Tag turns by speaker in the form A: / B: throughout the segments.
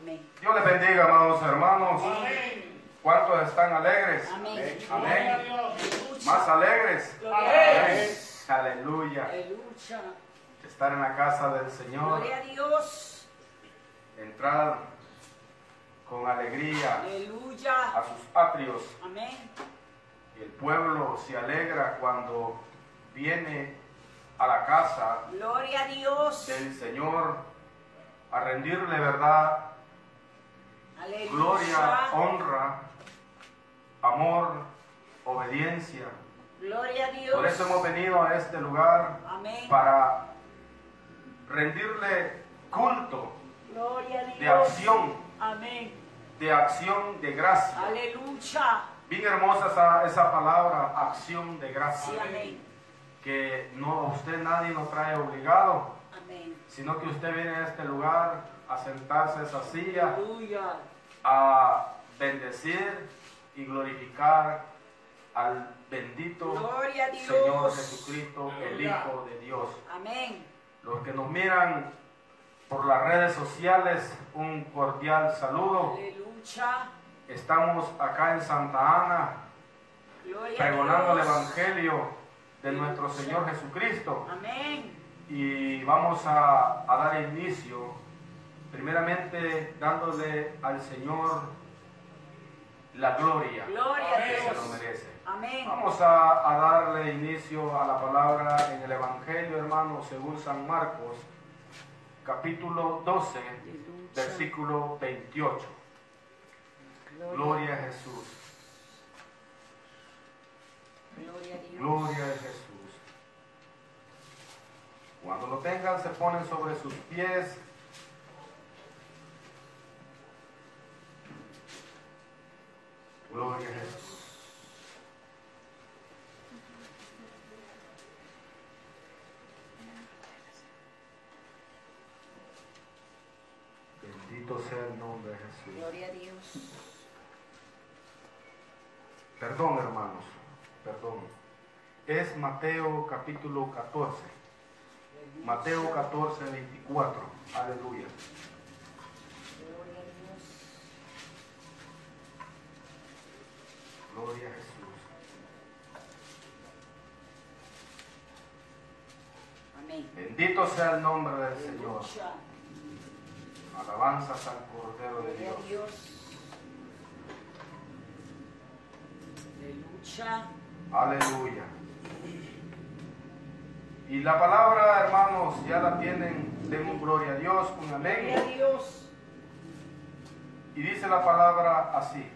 A: Amén.
B: Dios les bendiga, amados hermanos.
C: Amén.
B: ¿Cuántos están alegres?
A: Amén.
C: Gloria a
B: Amén.
C: Dios.
B: ¿Más alegres?
A: Gloria a Dios.
C: Amén.
B: Aleluya.
A: Aleluya.
B: Estar en la casa del Señor.
A: Gloria a Dios.
B: Entrar con alegría
A: Aleluya.
B: a sus atrios.
A: Amén.
B: El pueblo se alegra cuando viene a la casa
A: Gloria a Dios.
B: del Señor a rendirle verdad,
A: Aleluya.
B: gloria, honra, amor, obediencia.
A: Gloria a Dios.
B: Por eso hemos venido a este lugar
A: Amén.
B: para rendirle culto
A: Gloria a Dios.
B: de acción,
A: Amén.
B: de acción de gracia.
A: Aleluya.
B: Bien hermosa esa, esa palabra, acción de
A: Sí,
B: gracia,
A: amén.
B: que no usted nadie lo trae obligado,
A: Amén.
B: sino que usted viene a este lugar a sentarse a esa silla,
A: Aleluya.
B: a bendecir y glorificar al bendito
A: Gloria a Dios.
B: Señor Jesucristo, el Hijo de Dios.
A: Amén.
B: Los que nos miran por las redes sociales, un cordial saludo.
A: Aleluya.
B: Estamos acá en Santa Ana
A: Gloria
B: pregonando
A: a
B: el
A: Dios.
B: Evangelio de nuestro Señor Jesucristo
A: Amén.
B: y vamos a, a dar inicio primeramente dándole al Señor la gloria
A: Gloria a
B: que se lo
A: Dios.
B: merece.
A: Amén.
B: Vamos a, a darle inicio a la palabra en el Evangelio, hermano, según San Marcos, capítulo 12,
A: Aleluya.
B: versículo 28. Gloria a Jesús,
A: Gloria a Dios.
B: gloria a Jesús. Cuando lo tengan, se ponen sobre sus pies. Gloria a Jesús. Bendito sea el nombre de Jesús.
A: Gloria a Dios.
B: Perdón, hermanos, perdón. Es Mateo capítulo 14. Mateo 14, 24. Aleluya.
A: Gloria a Dios.
B: Gloria a Jesús.
A: Amén.
B: Bendito sea el nombre del Señor.
A: Aleluya.
B: Alabanzas al Cordero de
A: Gloria a
B: Dios.
A: Dios. Aleluya.
B: Aleluya. Y la palabra, hermanos, ya la tienen. Demos gloria a Dios. Un
A: Gloria a
B: amén.
A: Dios.
B: Y dice la palabra así.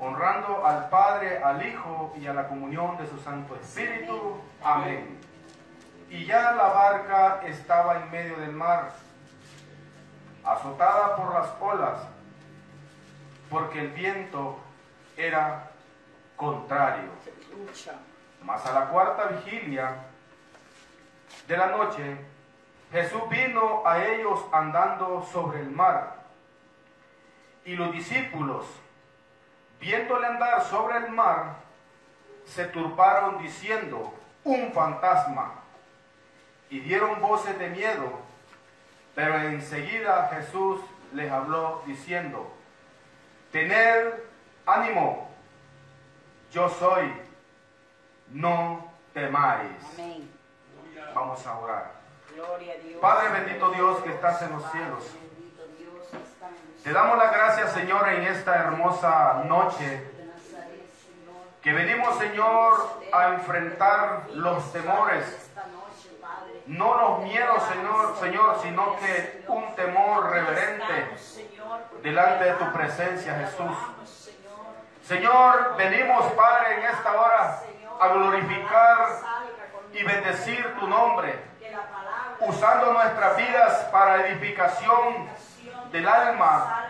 B: Honrando al Padre, al Hijo y a la comunión de su Santo Espíritu. Amén. Y ya la barca estaba en medio del mar, azotada por las olas, porque el viento era contrario.
A: Aleluya.
B: Mas a la cuarta vigilia de la noche, Jesús vino a ellos andando sobre el mar. Y los discípulos, viéndole andar sobre el mar, se turbaron diciendo, un fantasma. Y dieron voces de miedo. Pero enseguida Jesús les habló diciendo, tened ánimo, yo soy, no temáis.
A: Amén.
B: Vamos a orar.
A: Gloria a Dios.
B: Padre bendito Dios que estás en los cielos.
A: Padre bendito Dios que está en los
B: Te damos las gracias, Señor, en esta hermosa noche
A: cielos de Nazaret, Señor.
B: que venimos, Señor, a enfrentar los temores.
A: Esta noche, Padre.
B: No los miedos, Señor, Señor, sino que un temor reverente. delante de tu presencia, Jesús. Señor, venimos, Padre, en esta hora a glorificar y bendecir tu nombre, usando nuestras vidas para edificación del alma,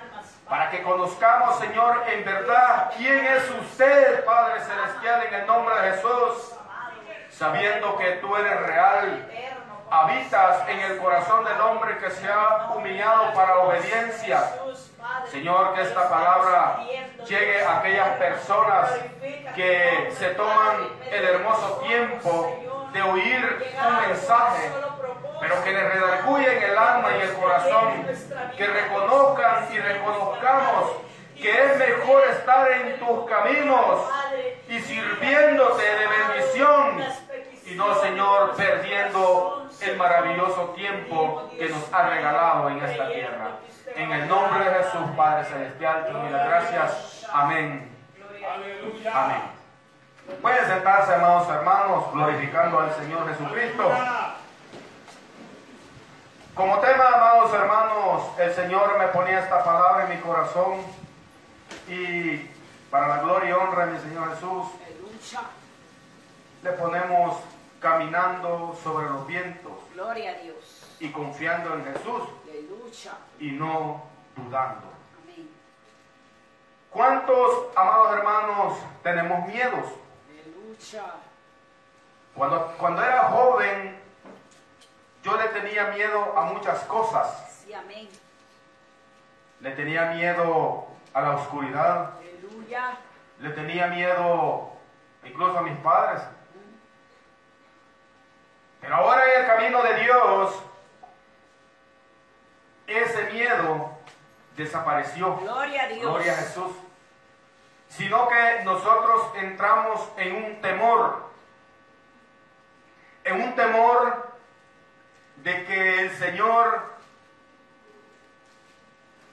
B: para que conozcamos, Señor, en verdad quién es usted, Padre Celestial, en el nombre de Jesús, sabiendo que tú eres real, habitas en el corazón del hombre que se ha humillado para obediencia. Señor, que esta palabra llegue a aquellas personas que se toman el hermoso tiempo de oír un mensaje pero que le redarguyen el alma y el corazón, que reconozcan y reconozcamos que es mejor estar en tus caminos y sirviéndote de bendición y no, Señor, perdiendo el maravilloso tiempo que nos ha regalado en esta tierra. En el nombre de Jesús, Padre Celestial, te doy las gracias. Amén. Amén. Pueden sentarse, amados hermanos, glorificando al Señor Jesucristo. Como tema, amados hermanos, el Señor me ponía esta palabra en mi corazón y para la gloria y honra de mi Señor Jesús, le ponemos caminando sobre los vientos
A: Gloria a Dios.
B: y confiando en Jesús
A: Aleluya.
B: y no dudando.
A: Amén.
B: ¿Cuántos, amados hermanos, tenemos miedos?
A: Aleluya.
B: Cuando, cuando era joven, yo le tenía miedo a muchas cosas.
A: Sí, amén.
B: Le tenía miedo a la oscuridad,
A: Aleluya.
B: le tenía miedo incluso a mis padres. Pero ahora en el camino de Dios, ese miedo desapareció.
A: Gloria a Dios.
B: Gloria a Jesús. Sino que nosotros entramos en un temor. En un temor de que el Señor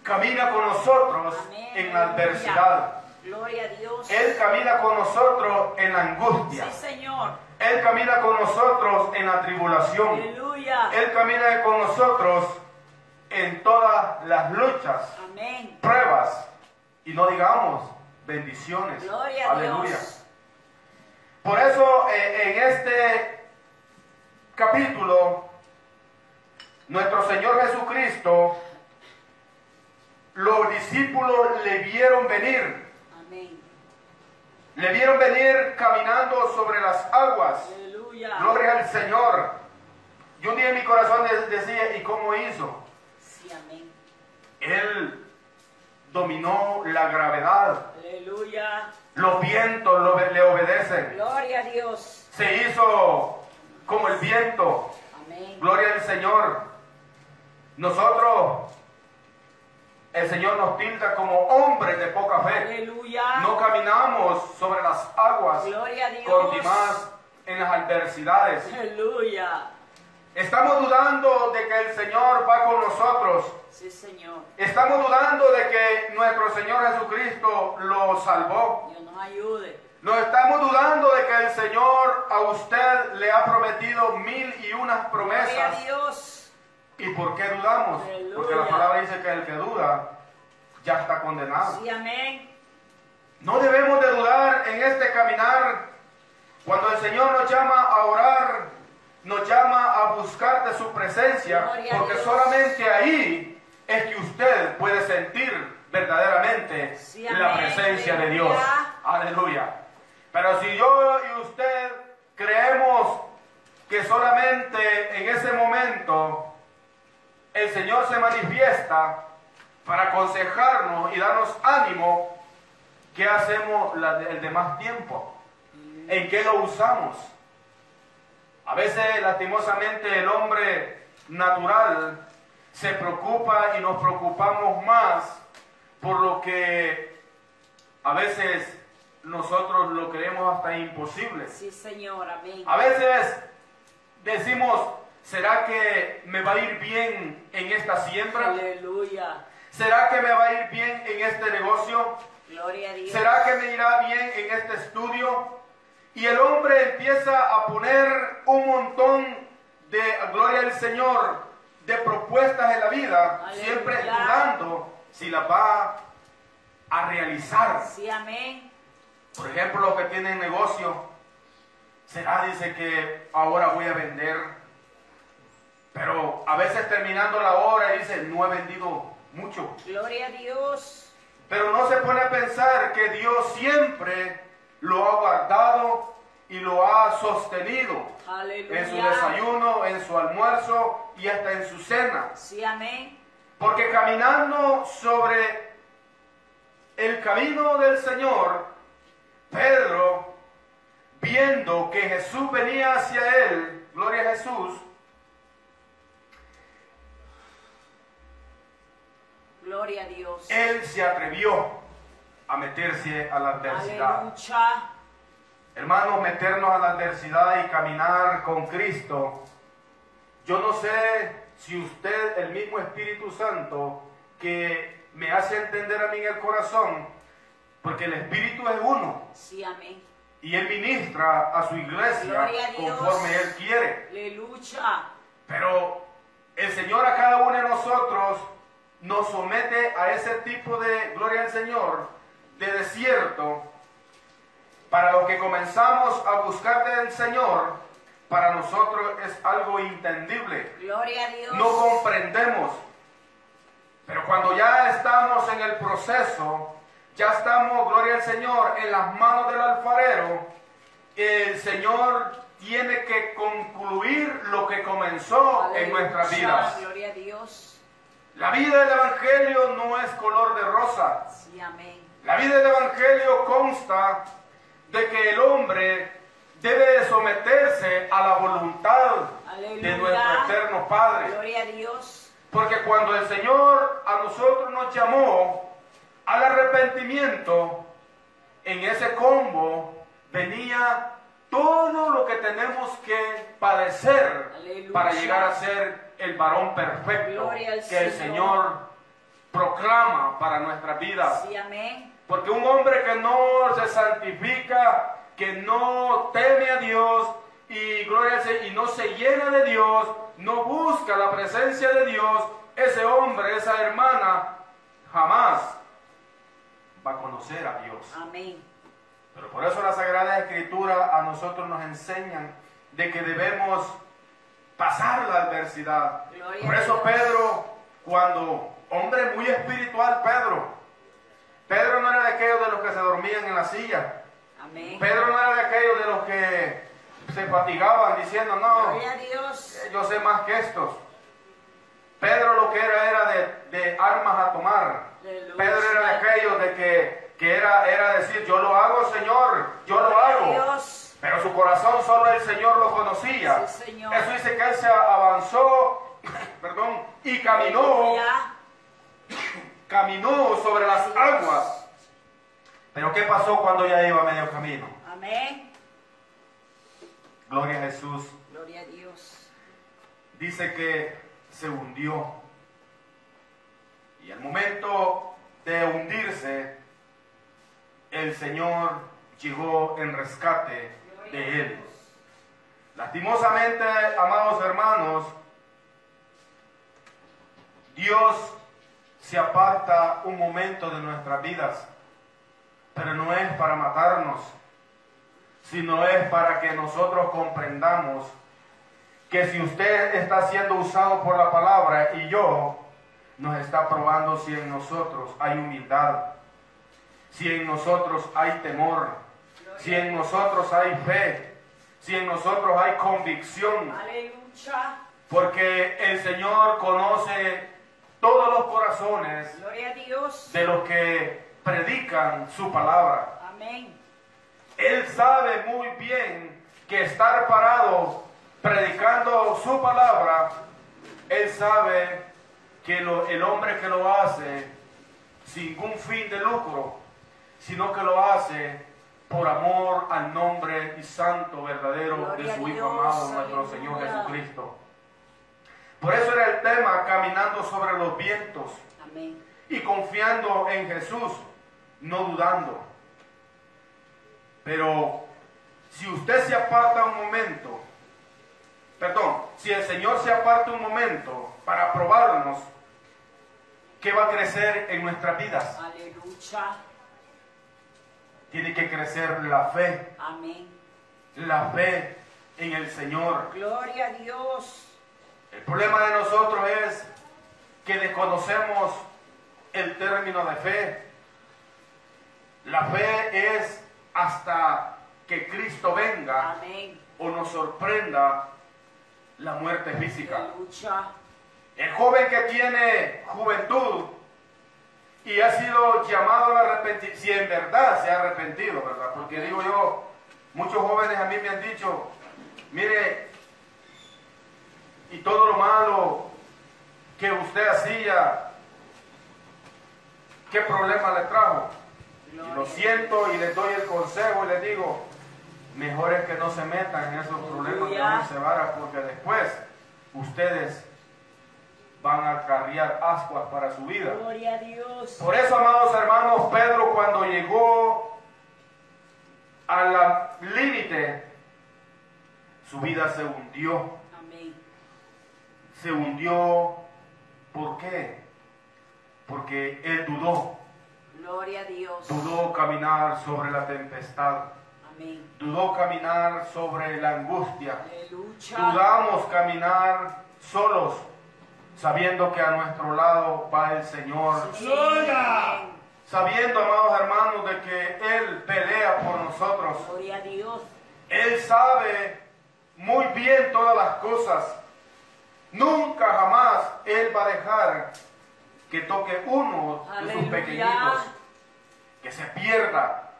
B: camina con nosotros
A: Amén.
B: en
A: Aleluya.
B: la adversidad.
A: Gloria a Dios.
B: Él camina con nosotros en la angustia.
A: Sí, Señor.
B: Él camina con nosotros en la tribulación.
A: Aleluya.
B: Él camina con nosotros en todas las luchas
A: Amén.
B: pruebas y no digamos bendiciones.
A: Gloria a
B: Aleluya.
A: Dios.
B: Por eso eh, en este capítulo, nuestro Señor Jesucristo, los discípulos le vieron venir,
A: Amén.
B: le vieron venir caminando sobre las aguas.
A: Aleluya.
B: Gloria al Señor. Y un día en mi corazón de- decía, ¿y cómo hizo?
A: Sí, amén.
B: Él dominó la gravedad.
A: Aleluya.
B: Los vientos lo- le obedecen.
A: Gloria a Dios.
B: Se hizo como el viento.
A: Amén.
B: Gloria al Señor. Nosotros, el Señor nos pinta como hombres de poca fe.
A: Aleluya.
B: No caminamos sobre las aguas,
A: Gloria a Dios.
B: continuas en las adversidades.
A: Aleluya.
B: Estamos dudando de que el Señor va con nosotros.
A: Sí, Señor.
B: Estamos dudando de que nuestro Señor Jesucristo lo salvó.
A: Dios nos ayude.
B: Nos estamos dudando de que el Señor a usted le ha prometido mil y unas
A: Gloria a
B: promesas.
A: Dios.
B: ¿Y por qué dudamos?
A: Aleluya.
B: Porque la palabra dice que el que duda ya está condenado.
A: Sí, amén.
B: No debemos de dudar en este caminar. Cuando el Señor nos llama a orar, nos llama a buscar de su presencia,
A: Gloria a
B: porque
A: Dios.
B: solamente ahí es que usted puede sentir verdaderamente
A: Sí,
B: la
A: amén.
B: presencia de Dios.
A: Aleluya.
B: Aleluya. Pero si yo y usted creemos que solamente en ese momento el Señor se manifiesta para aconsejarnos y darnos ánimo, ¿Qué hacemos la- el demás tiempo? ¿En qué lo usamos? A veces, lastimosamente, el hombre natural se preocupa y nos preocupamos más por lo que a veces nosotros lo creemos hasta imposible.
A: Sí, Señor. Amén.
B: A veces decimos, ¿será que me va a ir bien en esta siembra?
A: Aleluya.
B: ¿Será que me va a ir bien en este negocio?
A: Gloria a Dios.
B: ¿Será que me irá bien en este estudio? Y el hombre empieza a poner un montón de, gloria al Señor, de propuestas en la vida,
A: Aleluya.
B: siempre dudando si las va a realizar.
A: Sí, amén.
B: Por ejemplo, los que tienen negocio, será, dice que ahora voy a vender, pero a veces terminando la obra dice, no he vendido mucho.
A: Gloria a Dios.
B: Pero no se pone a pensar que Dios siempre lo ha guardado y lo ha sostenido
A: Aleluya.
B: en su desayuno, en su almuerzo y hasta en su cena.
A: Sí, amén.
B: Porque caminando sobre el camino del Señor, Pedro, viendo que Jesús venía hacia él, gloria a Jesús,
A: Gloria a Dios.
B: Él se atrevió a meterse a la adversidad.
A: Aleluya.
B: Hermanos, meternos a la adversidad y caminar con Cristo. Yo no sé si usted, el mismo Espíritu Santo, que me hace entender a mí en el corazón, porque el Espíritu es uno
A: Sí, amén.
B: y Él ministra a su iglesia
A: Gloria a Dios.
B: conforme Él quiere.
A: Aleluya.
B: Pero el Señor a cada uno de nosotros nos somete a ese tipo de, gloria al Señor, de desierto, para los que comenzamos a buscar del Señor, para nosotros es algo intendible
A: Gloria a Dios.
B: no comprendemos. Pero cuando ya estamos en el proceso, ya estamos, gloria al Señor, en las manos del alfarero, el Señor tiene que concluir lo que comenzó en
A: Aleluya,
B: nuestras vidas.
A: Gloria a Dios.
B: La vida del Evangelio no es color de rosa.
A: Sí, amén.
B: La vida del Evangelio consta de que el hombre debe de someterse a la voluntad de
A: Aleluya.
B: nuestro eterno Padre.
A: Gloria a Dios.
B: Porque cuando el Señor a nosotros nos llamó al arrepentimiento, en ese combo venía todo lo que tenemos que padecer
A: Aleluya.
B: para llegar a ser el varón perfecto
A: Gloria al
B: que el
A: Señor.
B: Señor proclama para nuestras vidas.
A: Sí, amén.
B: Porque un hombre que no se santifica, que no teme a Dios y gloria al Señor, y no se llena de Dios, no busca la presencia de Dios, ese hombre, esa hermana, jamás va a conocer a Dios.
A: Amén.
B: Pero por eso la Sagrada Escritura a nosotros nos enseñan de que debemos pasar la adversidad.
A: Gloria
B: Por
A: a
B: eso
A: Dios.
B: Pedro, cuando, hombre muy espiritual Pedro, Pedro no era de aquellos de los que se dormían en la silla,
A: Amén.
B: Pedro no era de aquellos de los que se fatigaban diciendo, no,
A: Gloria a Dios.
B: yo sé más que estos. Pedro lo que era era de, de armas a tomar.
A: Aleluya.
B: Pedro era de aquellos de que, que era, era decir, yo lo hago, Señor, yo lo
A: Gloria a
B: hago.
A: Dios.
B: Pero su corazón solo el Señor lo conocía.
A: Sí, Señor.
B: Eso dice que él se avanzó, perdón, y caminó,
A: Aleluya.
B: caminó sobre las aguas. Pero ¿qué pasó cuando ya iba a medio camino?
A: Amén.
B: Gloria a Jesús.
A: Gloria a Dios.
B: dice que se hundió. Y al momento de hundirse, el Señor llegó en rescate de él. Lastimosamente, amados hermanos, Dios se aparta un momento de nuestras vidas, pero no es para matarnos, sino es para que nosotros comprendamos que si usted está siendo usado por la palabra y yo, nos está probando si en nosotros hay humildad, si en nosotros hay temor, si en nosotros hay fe, si en nosotros hay convicción,
A: Aleluya.
B: porque el Señor conoce todos los corazones
A: Gloria a Dios.
B: de los que predican su palabra.
A: Amén.
B: Él sabe muy bien que estar parado predicando su palabra, él sabe que lo- el hombre que lo hace sin ningún fin de lucro, sino que lo hace por amor al nombre y santo verdadero de
A: Gloria
B: su
A: a
B: Hijo
A: Dios,
B: amado, nuestro Señor
A: aleluya.
B: Jesucristo. Por eso era el tema, caminando sobre los vientos
A: Amén.
B: y confiando en Jesús, no dudando. Pero si usted se aparta un momento, perdón, si el Señor se aparta un momento para probarnos, ¿qué va a crecer en nuestras vidas?
A: Aleluya.
B: Tiene que crecer la fe,
A: Amén.
B: la fe en el Señor.
A: Gloria a Dios.
B: El problema de nosotros es que desconocemos el término de fe. La fe es hasta que Cristo venga
A: Amén.
B: o nos sorprenda la muerte física.
A: Aleluya.
B: El joven que tiene juventud y ha sido llamado al arrepentimiento, si en verdad se ha arrepentido, ¿verdad? Porque digo yo, muchos jóvenes a mí me han dicho, mire, y todo lo malo que usted hacía, qué problema le trajo. Y lo siento y les doy el consejo y les digo, mejor es que no se metan en esos problemas que no se vara, porque después ustedes van a carriar ascuas para su vida.
A: Gloria a Dios.
B: Por eso, amados hermanos, Pedro cuando llegó al límite, su vida se hundió.
A: Amén.
B: Se hundió. ¿Por qué? Porque él dudó.
A: Gloria a Dios.
B: Dudó caminar sobre la tempestad.
A: Amén.
B: Dudó caminar sobre la angustia.
A: Aleluya.
B: Dudamos caminar solos, sabiendo que a nuestro lado va el Señor.
C: Gloria.
A: Amén.
B: Sabiendo, amados hermanos, de que Él pelea por nosotros.
A: Gloria a Dios.
B: Él sabe muy bien todas las cosas. Nunca jamás Él va a dejar que toque uno de sus pequeñitos,
A: Aleluya.
B: que se pierda.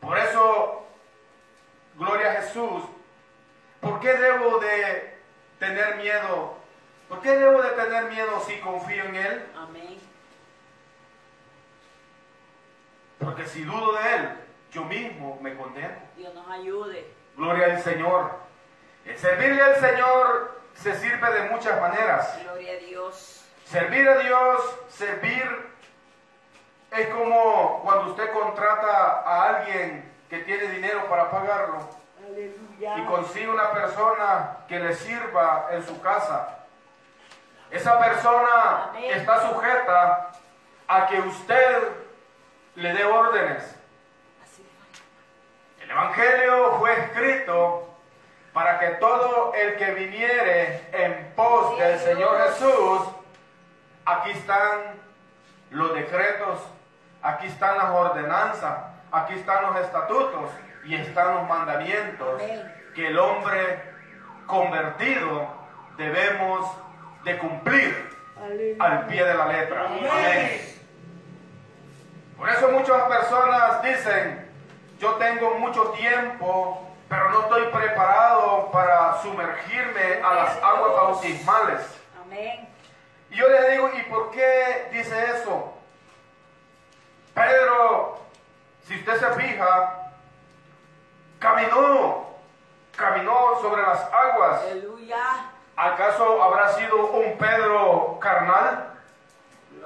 B: Por eso, gloria a Jesús, ¿por qué debo de tener miedo? ¿Por qué debo de tener miedo si confío en Él?
A: Amén.
B: Porque si dudo de Él, yo mismo me condeno.
A: Dios nos ayude.
B: Gloria al Señor. El servirle al Señor se sirve de muchas maneras.
A: Gloria a Dios.
B: Servir a Dios, servir es como cuando usted contrata a alguien que tiene dinero para pagarlo y
A: Aleluya.
B: consigue una persona que le sirva en su casa. Esa persona
A: Amén.
B: está sujeta a que usted le dé órdenes.
A: Así es.
B: El Evangelio fue escrito para que todo el que viniere en pos del Señor Jesús, aquí están los decretos, aquí están las ordenanzas, aquí están los estatutos y están los mandamientos
A: Amén.
B: que el hombre convertido debemos de cumplir al pie de la letra. Amén. Por eso muchas personas dicen, yo tengo mucho tiempo, pero no estoy preparado para sumergirme a las aguas bautismales.
A: Amén.
B: Y yo les digo, ¿y por qué dice eso? Pedro, si usted se fija, caminó, caminó sobre las aguas.
A: Aleluya.
B: ¿Acaso habrá sido un Pedro carnal?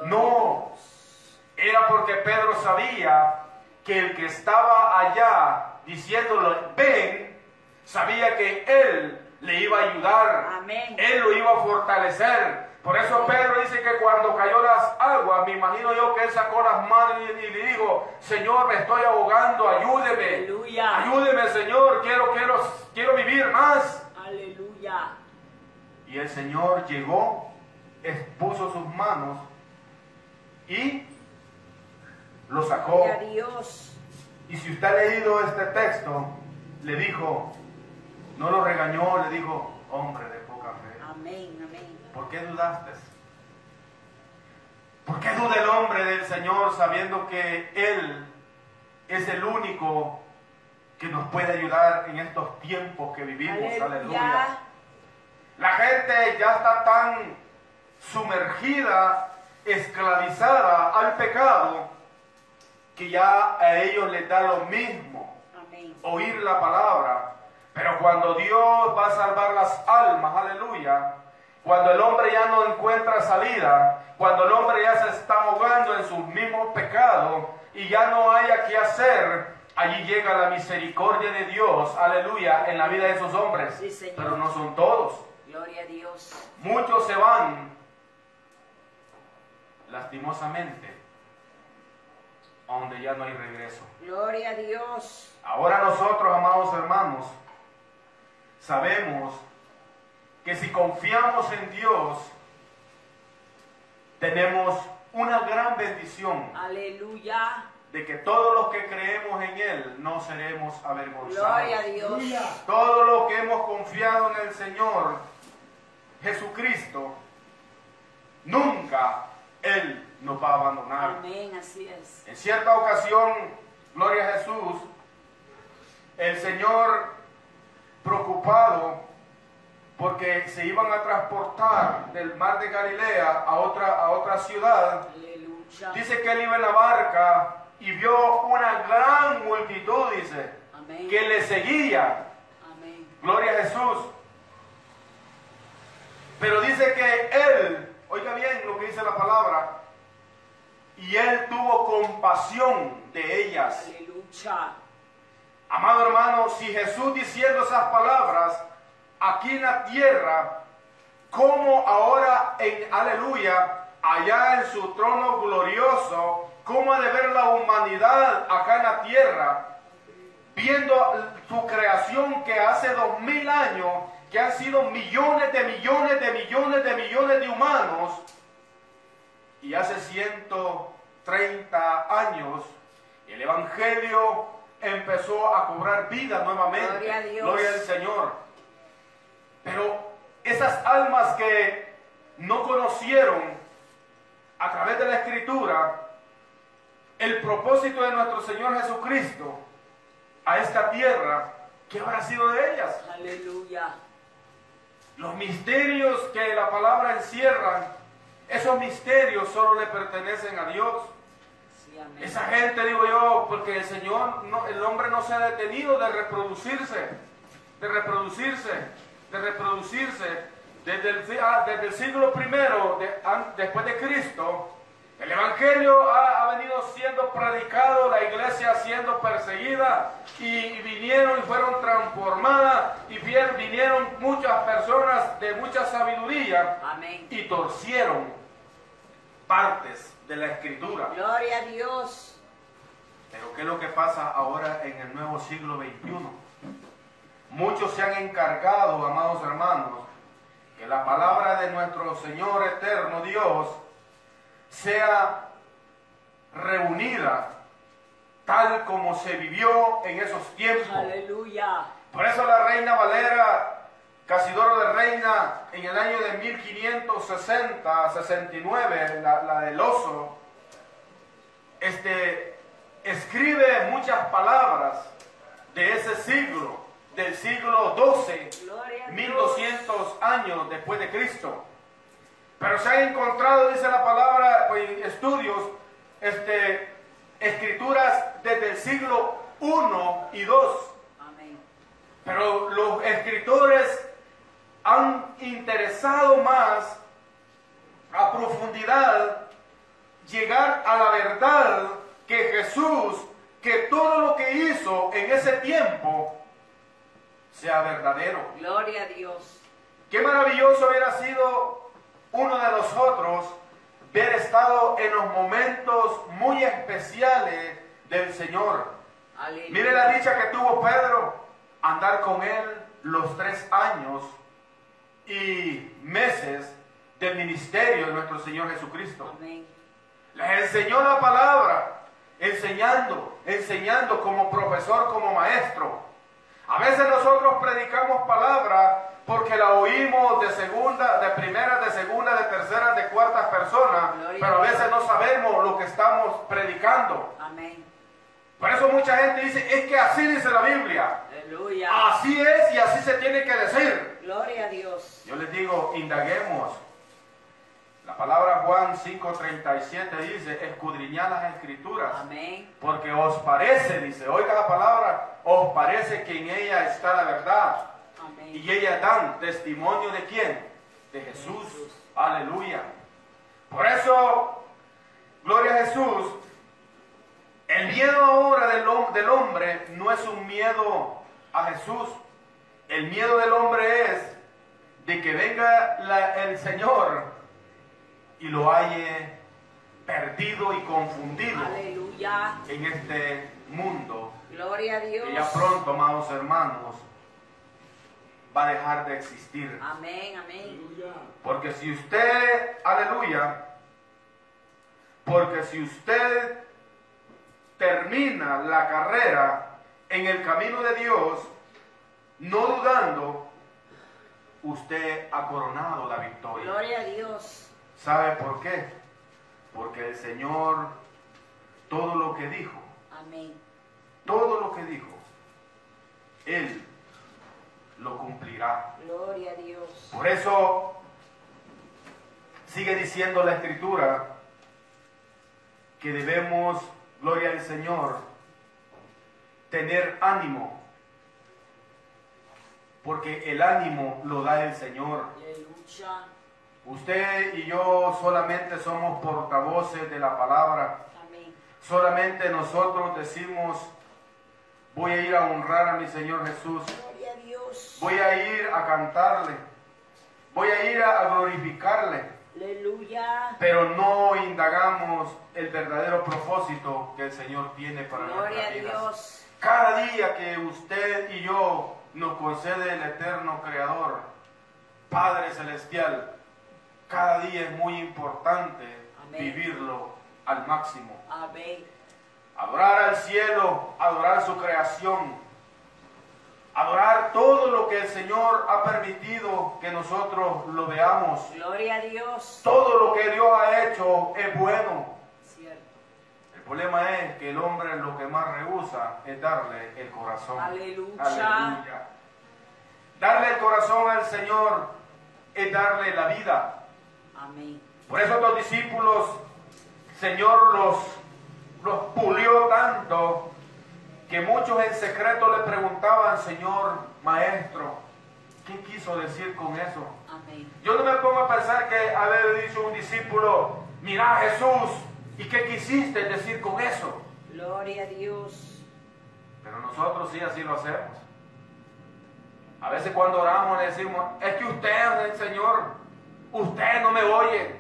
B: No. Era porque Pedro sabía que el que estaba allá diciéndole, ven, sabía que él le iba a ayudar.
A: Amén.
B: Él lo iba a fortalecer. Por eso Pedro dice que cuando cayó las aguas, me imagino yo que él sacó las manos y, y le dijo, Señor, me estoy ahogando, ayúdeme.
A: Aleluya.
B: Ayúdeme, Señor, quiero, quiero, quiero vivir más.
A: Aleluya.
B: Y el Señor llegó, expuso sus manos y lo sacó.
A: Gloria a Dios.
B: Y si usted ha leído este texto, le dijo, no lo regañó, le dijo, hombre de poca fe,
A: Amén. Amén.
B: ¿por qué dudaste? ¿Por qué duda el hombre del Señor sabiendo que Él es el único que nos puede ayudar en estos tiempos que vivimos? Aleluya.
A: Aleluya.
B: La gente ya está tan sumergida, esclavizada al pecado, que ya a ellos les da lo mismo
A: Amén.
B: oír la palabra. Pero cuando Dios va a salvar las almas, aleluya, cuando el hombre ya no encuentra salida, cuando el hombre ya se está ahogando en sus mismos pecados y ya no haya qué hacer, allí llega la misericordia de Dios, aleluya, en la vida de esos hombres.
A: Sí, Señor.
B: Pero no son todos.
A: Gloria a Dios.
B: Muchos se van, lastimosamente, a donde ya no hay regreso.
A: Gloria a Dios.
B: Ahora nosotros, amados hermanos, sabemos que si confiamos en Dios, tenemos una gran bendición
A: Aleluya.
B: de que todos los que creemos en Él no seremos avergonzados.
A: Gloria a Dios.
C: Aleluya.
B: Todo lo que hemos confiado en el Señor Jesucristo, nunca Él nos va a abandonar.
A: Amén. Así es.
B: En cierta ocasión, gloria a Jesús, el Señor, preocupado porque se iban a transportar del mar de Galilea a otra, a otra ciudad,
A: ya.
B: Dice que él iba en la barca y vio una gran multitud, dice,
A: Amén.
B: que le seguía.
A: Amén.
B: Gloria a Jesús. Pero dice que él, oiga bien lo que dice la palabra, y él tuvo compasión de ellas.
A: Aleluya.
B: Amado hermano, si Jesús diciendo esas palabras aquí en la tierra, como ahora en aleluya, allá en su trono glorioso, cómo ha de ver la humanidad acá en la tierra, viendo su creación que hace dos mil años, que han sido millones de millones de millones de millones de humanos, y hace 130 años el Evangelio empezó a cobrar vida nuevamente.
A: Gloria a Dios.
B: Gloria al Señor. Pero esas almas que no conocieron a través de la Escritura el propósito de nuestro Señor Jesucristo a esta tierra, ¿qué habrá sido de ellas?
A: Aleluya.
B: Los misterios que la palabra encierran, esos misterios solo le pertenecen a Dios.
A: Sí, amén.
B: Esa gente, digo yo, porque el Señor, no- el hombre no se ha detenido de reproducirse, de reproducirse, de reproducirse. Desde el, si- ah, desde el siglo primero de- an- después de Cristo, el Evangelio ha, ha venido siendo predicado, la iglesia siendo perseguida, y vinieron y fueron transformadas, y bien- vinieron muchas personas de mucha sabiduría
A: Amén.
B: y torcieron partes de la escritura.
A: Gloria a Dios.
B: Pero ¿qué es lo que pasa ahora en el nuevo siglo XXI? Muchos se han encargado, amados hermanos, que la palabra de nuestro Señor eterno Dios sea reunida tal como se vivió en esos tiempos.
A: Aleluya.
B: Por eso la reina Valera, Casidoro de Reina, en el año de 1560-69, la, la del oso, este, escribe muchas palabras de ese siglo, del siglo XII,
A: Gloria a Dios.
B: 1200 años después de Cristo. Pero se han encontrado, dice la palabra, pues, estudios, este, escrituras desde el siglo I y II.
A: Amén.
B: Pero los escritores han interesado más a profundidad llegar a la verdad que Jesús, que todo lo que hizo en ese tiempo sea verdadero.
A: Gloria a Dios.
B: Qué maravilloso hubiera sido uno de nosotros ver estado en los momentos muy especiales del Señor.
A: Aleluya.
B: Mire la dicha que tuvo Pedro, andar con él los tres años y meses del ministerio de nuestro Señor Jesucristo.
A: Amén.
B: Les enseñó la palabra, enseñando, enseñando como profesor, como maestro. A veces nosotros predicamos palabra porque la oímos de segunda, de primera, de segunda, de tercera, de cuarta persona,
A: Gloria
B: pero a
A: a Dios.
B: veces no sabemos lo que estamos predicando.
A: Amén.
B: Por eso mucha gente dice, es que así dice la Biblia.
A: Aleluya.
B: Así es y así se tiene que decir.
A: Gloria a Dios.
B: Yo les digo, indaguemos. La palabra Juan 5:37 dice, escudriñad las escrituras,
A: Amén.
B: porque os parece, dice, oiga la palabra, os parece que en ella está la verdad.
A: Amén.
B: Y ellas dan testimonio de quién? De Jesús. Aleluya. Por eso, gloria a Jesús, el miedo ahora del, hom- del hombre no es un miedo a Jesús. El miedo del hombre es de que venga la- el Señor y lo halle perdido y confundido
A: Aleluya.
B: en este mundo
A: Gloria a Dios.
B: que ya pronto, amados hermanos, va a dejar de existir.
A: Amén, amén.
B: Porque si usted, aleluya, porque si usted termina la carrera en el camino de Dios, no dudando, usted ha coronado la victoria.
A: Gloria a Dios.
B: ¿Sabe por qué? Porque el Señor, todo lo que dijo,
A: Amén.
B: todo lo que dijo, Él lo cumplirá.
A: Gloria a Dios.
B: Por eso sigue diciendo la escritura que debemos, gloria al Señor, tener ánimo, porque el ánimo lo da el Señor.
A: Aleluya.
B: Usted y yo solamente somos portavoces de la palabra.
A: Amén.
B: Solamente nosotros decimos, voy a ir a honrar a mi Señor Jesús,
A: Gloria a Dios.
B: voy a ir a cantarle, voy a ir a a glorificarle,
A: Aleluya.
B: pero no indagamos el verdadero propósito que el Señor tiene para
A: Gloria a
B: nuestras vidas.
A: Dios.
B: Cada día que usted y yo nos concede el eterno Creador, Padre Celestial, cada día es muy importante
A: Amén.
B: vivirlo al máximo.
A: Amén.
B: Adorar al cielo, adorar su creación, adorar todo lo que el Señor ha permitido que nosotros lo veamos.
A: Gloria a Dios.
B: Todo lo que Dios ha hecho es bueno.
A: Cierto.
B: El problema es que el hombre lo que más rehúsa es darle el corazón.
A: Aleluya.
B: Aleluya. Darle el corazón al Señor es darle la vida.
A: Amén.
B: Por eso los discípulos, Señor, los, los pulió tanto que muchos en secreto le preguntaban, Señor, maestro, ¿qué quiso decir con eso?
A: Amén.
B: Yo no me pongo a pensar que haber dicho un discípulo, mira Jesús, ¿y qué quisiste decir con eso?
A: Gloria a Dios.
B: Pero nosotros sí así lo hacemos. A veces cuando oramos le decimos, es que usted, el Señor, usted no me oye.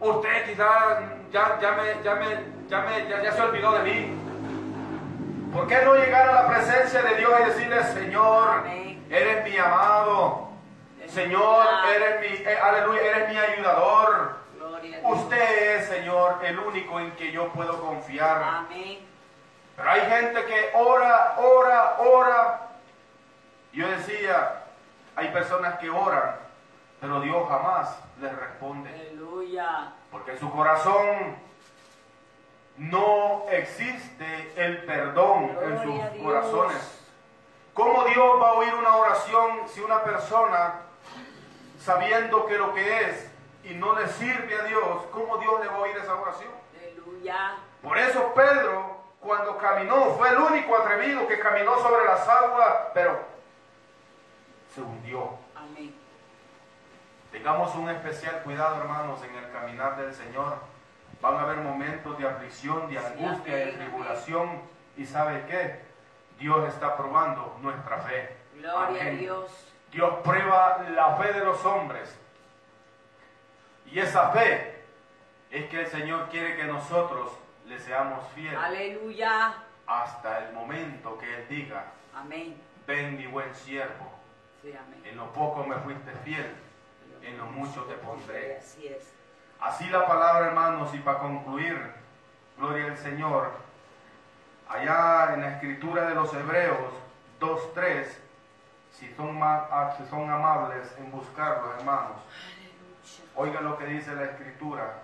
B: Usted quizás ya, ya, me, ya, me, ya, me- ya- ya se olvidó de mí. ¿Por qué no llegar a la presencia de Dios y decirle, Señor,
A: Amén.
B: eres mi amado? Señor, eres mi, eh, aleluya, eres mi ayudador.
A: Gloria a Dios.
B: Usted es, Señor, el único en que yo puedo confiar.
A: Amén.
B: Pero hay gente que ora, ora, ora. Yo decía, hay personas que oran, pero Dios jamás les responde.
A: Aleluya.
B: Porque en su corazón no existe el perdón en
A: Gloria a
B: sus
A: Dios.
B: corazones. ¿Cómo Dios va a oír una oración si una persona, sabiendo que lo que es y no le sirve a Dios, cómo Dios le va a oír esa oración?
A: Aleluya.
B: Por eso Pedro, cuando caminó, fue el único atrevido que caminó sobre las aguas, pero se hundió.
A: Amén.
B: Tengamos un especial cuidado, hermanos, en el caminar del Señor. Van a haber momentos de aflicción, de
A: Sí,
B: angustia, de
A: amén,
B: tribulación. ¿Y sabe qué? Dios está probando nuestra fe.
A: Gloria a
B: Amén.
A: Dios.
B: Dios prueba la fe de los hombres. Y esa fe es que el Señor quiere que nosotros le seamos fieles.
A: Aleluya.
B: hasta el momento que Él diga,
A: Amén.
B: ven mi buen siervo,
A: Sí, amén.
B: en lo poco me fuiste fiel, en lo mucho te
A: Sí,
B: pondré.
A: Así es.
B: Así la palabra, hermanos, y para concluir, gloria al Señor, allá en la escritura de los Hebreos 2.3, si son, ma- ah, si son amables en buscarlo, hermanos,
A: Aleluya.
B: oigan lo que dice la escritura,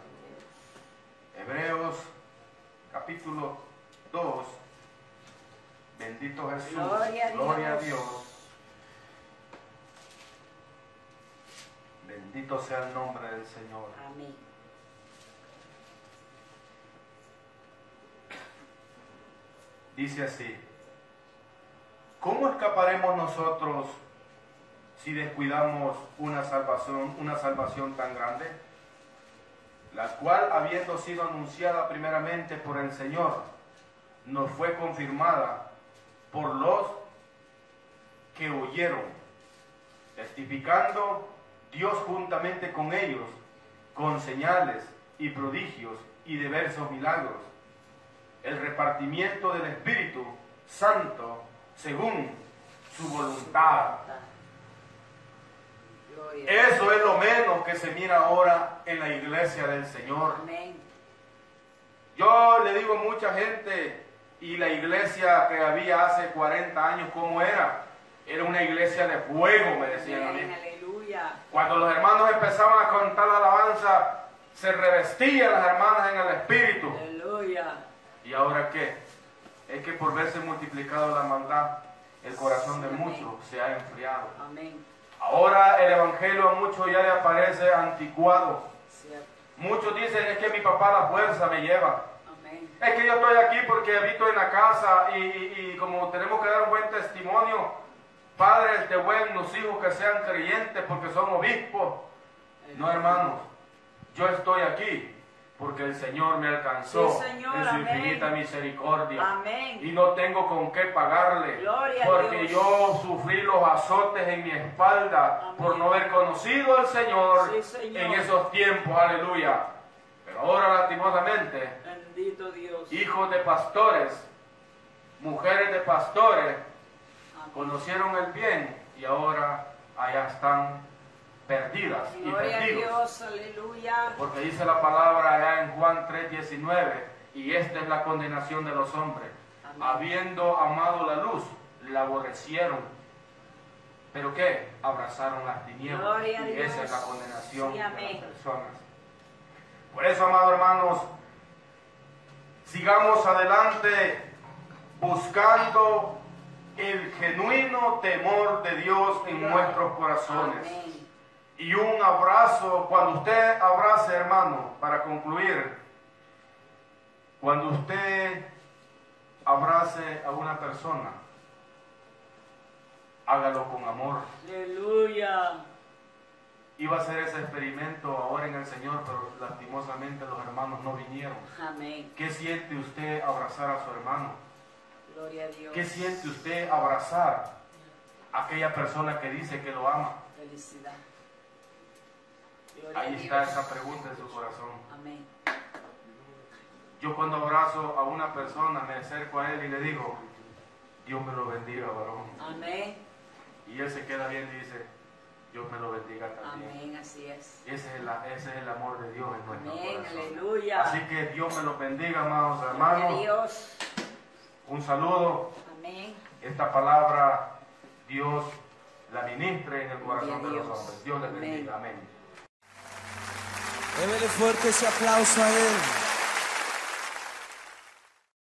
B: Hebreos capítulo 2, bendito Jesús,
A: Gloria a Dios.
B: gloria a Dios. Bendito sea el nombre del Señor.
A: Amén.
B: Dice así, ¿cómo escaparemos nosotros si descuidamos una salvación, una salvación tan grande? La cual, habiendo sido anunciada primeramente por el Señor, nos fue confirmada por los que oyeron, testificando Dios juntamente con ellos, con señales y prodigios y diversos milagros el repartimiento del Espíritu Santo según su voluntad.
A: Gloria a Dios.
B: Eso es lo menos que se mira ahora en la iglesia del Señor.
A: Amén.
B: Yo le digo a mucha gente, y la iglesia que había hace 40 años, ¿cómo era? Era una iglesia de fuego, me decían a
A: Amén.
B: mí.
A: Aleluya.
B: Cuando los hermanos empezaban a cantar la alabanza, se revestían las hermanas en el Espíritu.
A: Aleluya.
B: ¿Y ahora qué? Es que por verse multiplicado la maldad, el corazón de
A: Sí, amén.
B: muchos se ha enfriado.
A: Amén.
B: Ahora el evangelio a muchos ya le aparece anticuado.
A: Cierto.
B: Muchos dicen es que mi papá a la fuerza me lleva. Es que yo estoy aquí porque habito en la casa y, y- y como tenemos que dar un buen testimonio, padres de buenos hijos que sean creyentes porque son obispos. No, hermanos, yo estoy aquí porque el Señor me alcanzó
A: Sí, Señor,
B: en su
A: amén.
B: infinita misericordia.
A: Amén.
B: Y no tengo con qué pagarle,
A: Gloria a
B: porque
A: Dios.
B: yo sufrí los azotes en mi espalda
A: Amén.
B: por no haber conocido al Señor,
A: Sí, Señor.
B: en esos tiempos, aleluya. Pero ahora lastimosamente,
A: Bendito Dios.
B: hijos de pastores, mujeres de pastores,
A: Amén.
B: conocieron el bien y ahora allá están perdidas y
A: Gloria a
B: perdidos.
A: Dios, aleluya.
B: Porque dice la palabra allá en Juan 3:19, y esta es la condenación de los hombres.
A: Amén.
B: Habiendo amado la luz, la aborrecieron. ¿Pero qué? Abrazaron las tinieblas.
A: Gloria a
B: Y esa
A: Dios.
B: es la condenación
A: Sí,
B: de las
A: amén.
B: personas. Por eso, amados hermanos, sigamos adelante buscando el genuino temor de Dios en nuestros corazones.
A: Amén.
B: Y un abrazo, cuando usted abrace, hermano, para concluir, cuando usted abrace a una persona, hágalo con amor.
A: Aleluya.
B: Iba a hacer ese experimento ahora en el Señor, pero lastimosamente los hermanos no vinieron.
A: Amén.
B: ¿Qué siente usted abrazar a su hermano?
A: Gloria a Dios.
B: ¿Qué siente usted abrazar a aquella persona que dice que lo ama?
A: Felicidad. Gloria
B: Ahí
A: a
B: está
A: Dios.
B: esa pregunta en su corazón.
A: Amén.
B: Yo cuando abrazo a una persona, me acerco a él y le digo, Dios me lo bendiga, varón.
A: Amén.
B: Y él se queda bien y dice, Dios me lo bendiga también.
A: Amén. Así es.
B: Ese es, la- ese es el amor de Dios en nuestro
A: Amén.
B: corazón.
A: Aleluya.
B: Así que Dios me lo bendiga, amados
A: Gloria a
B: hermanos.
A: Dios.
B: Un saludo.
A: Amén.
B: Esta palabra, Dios la ministre en el
A: Gloria a
B: corazón de los
A: Dios.
B: hombres. Dios les
A: Amén.
B: bendiga. Amén.
C: Débele fuerte ese aplauso a él.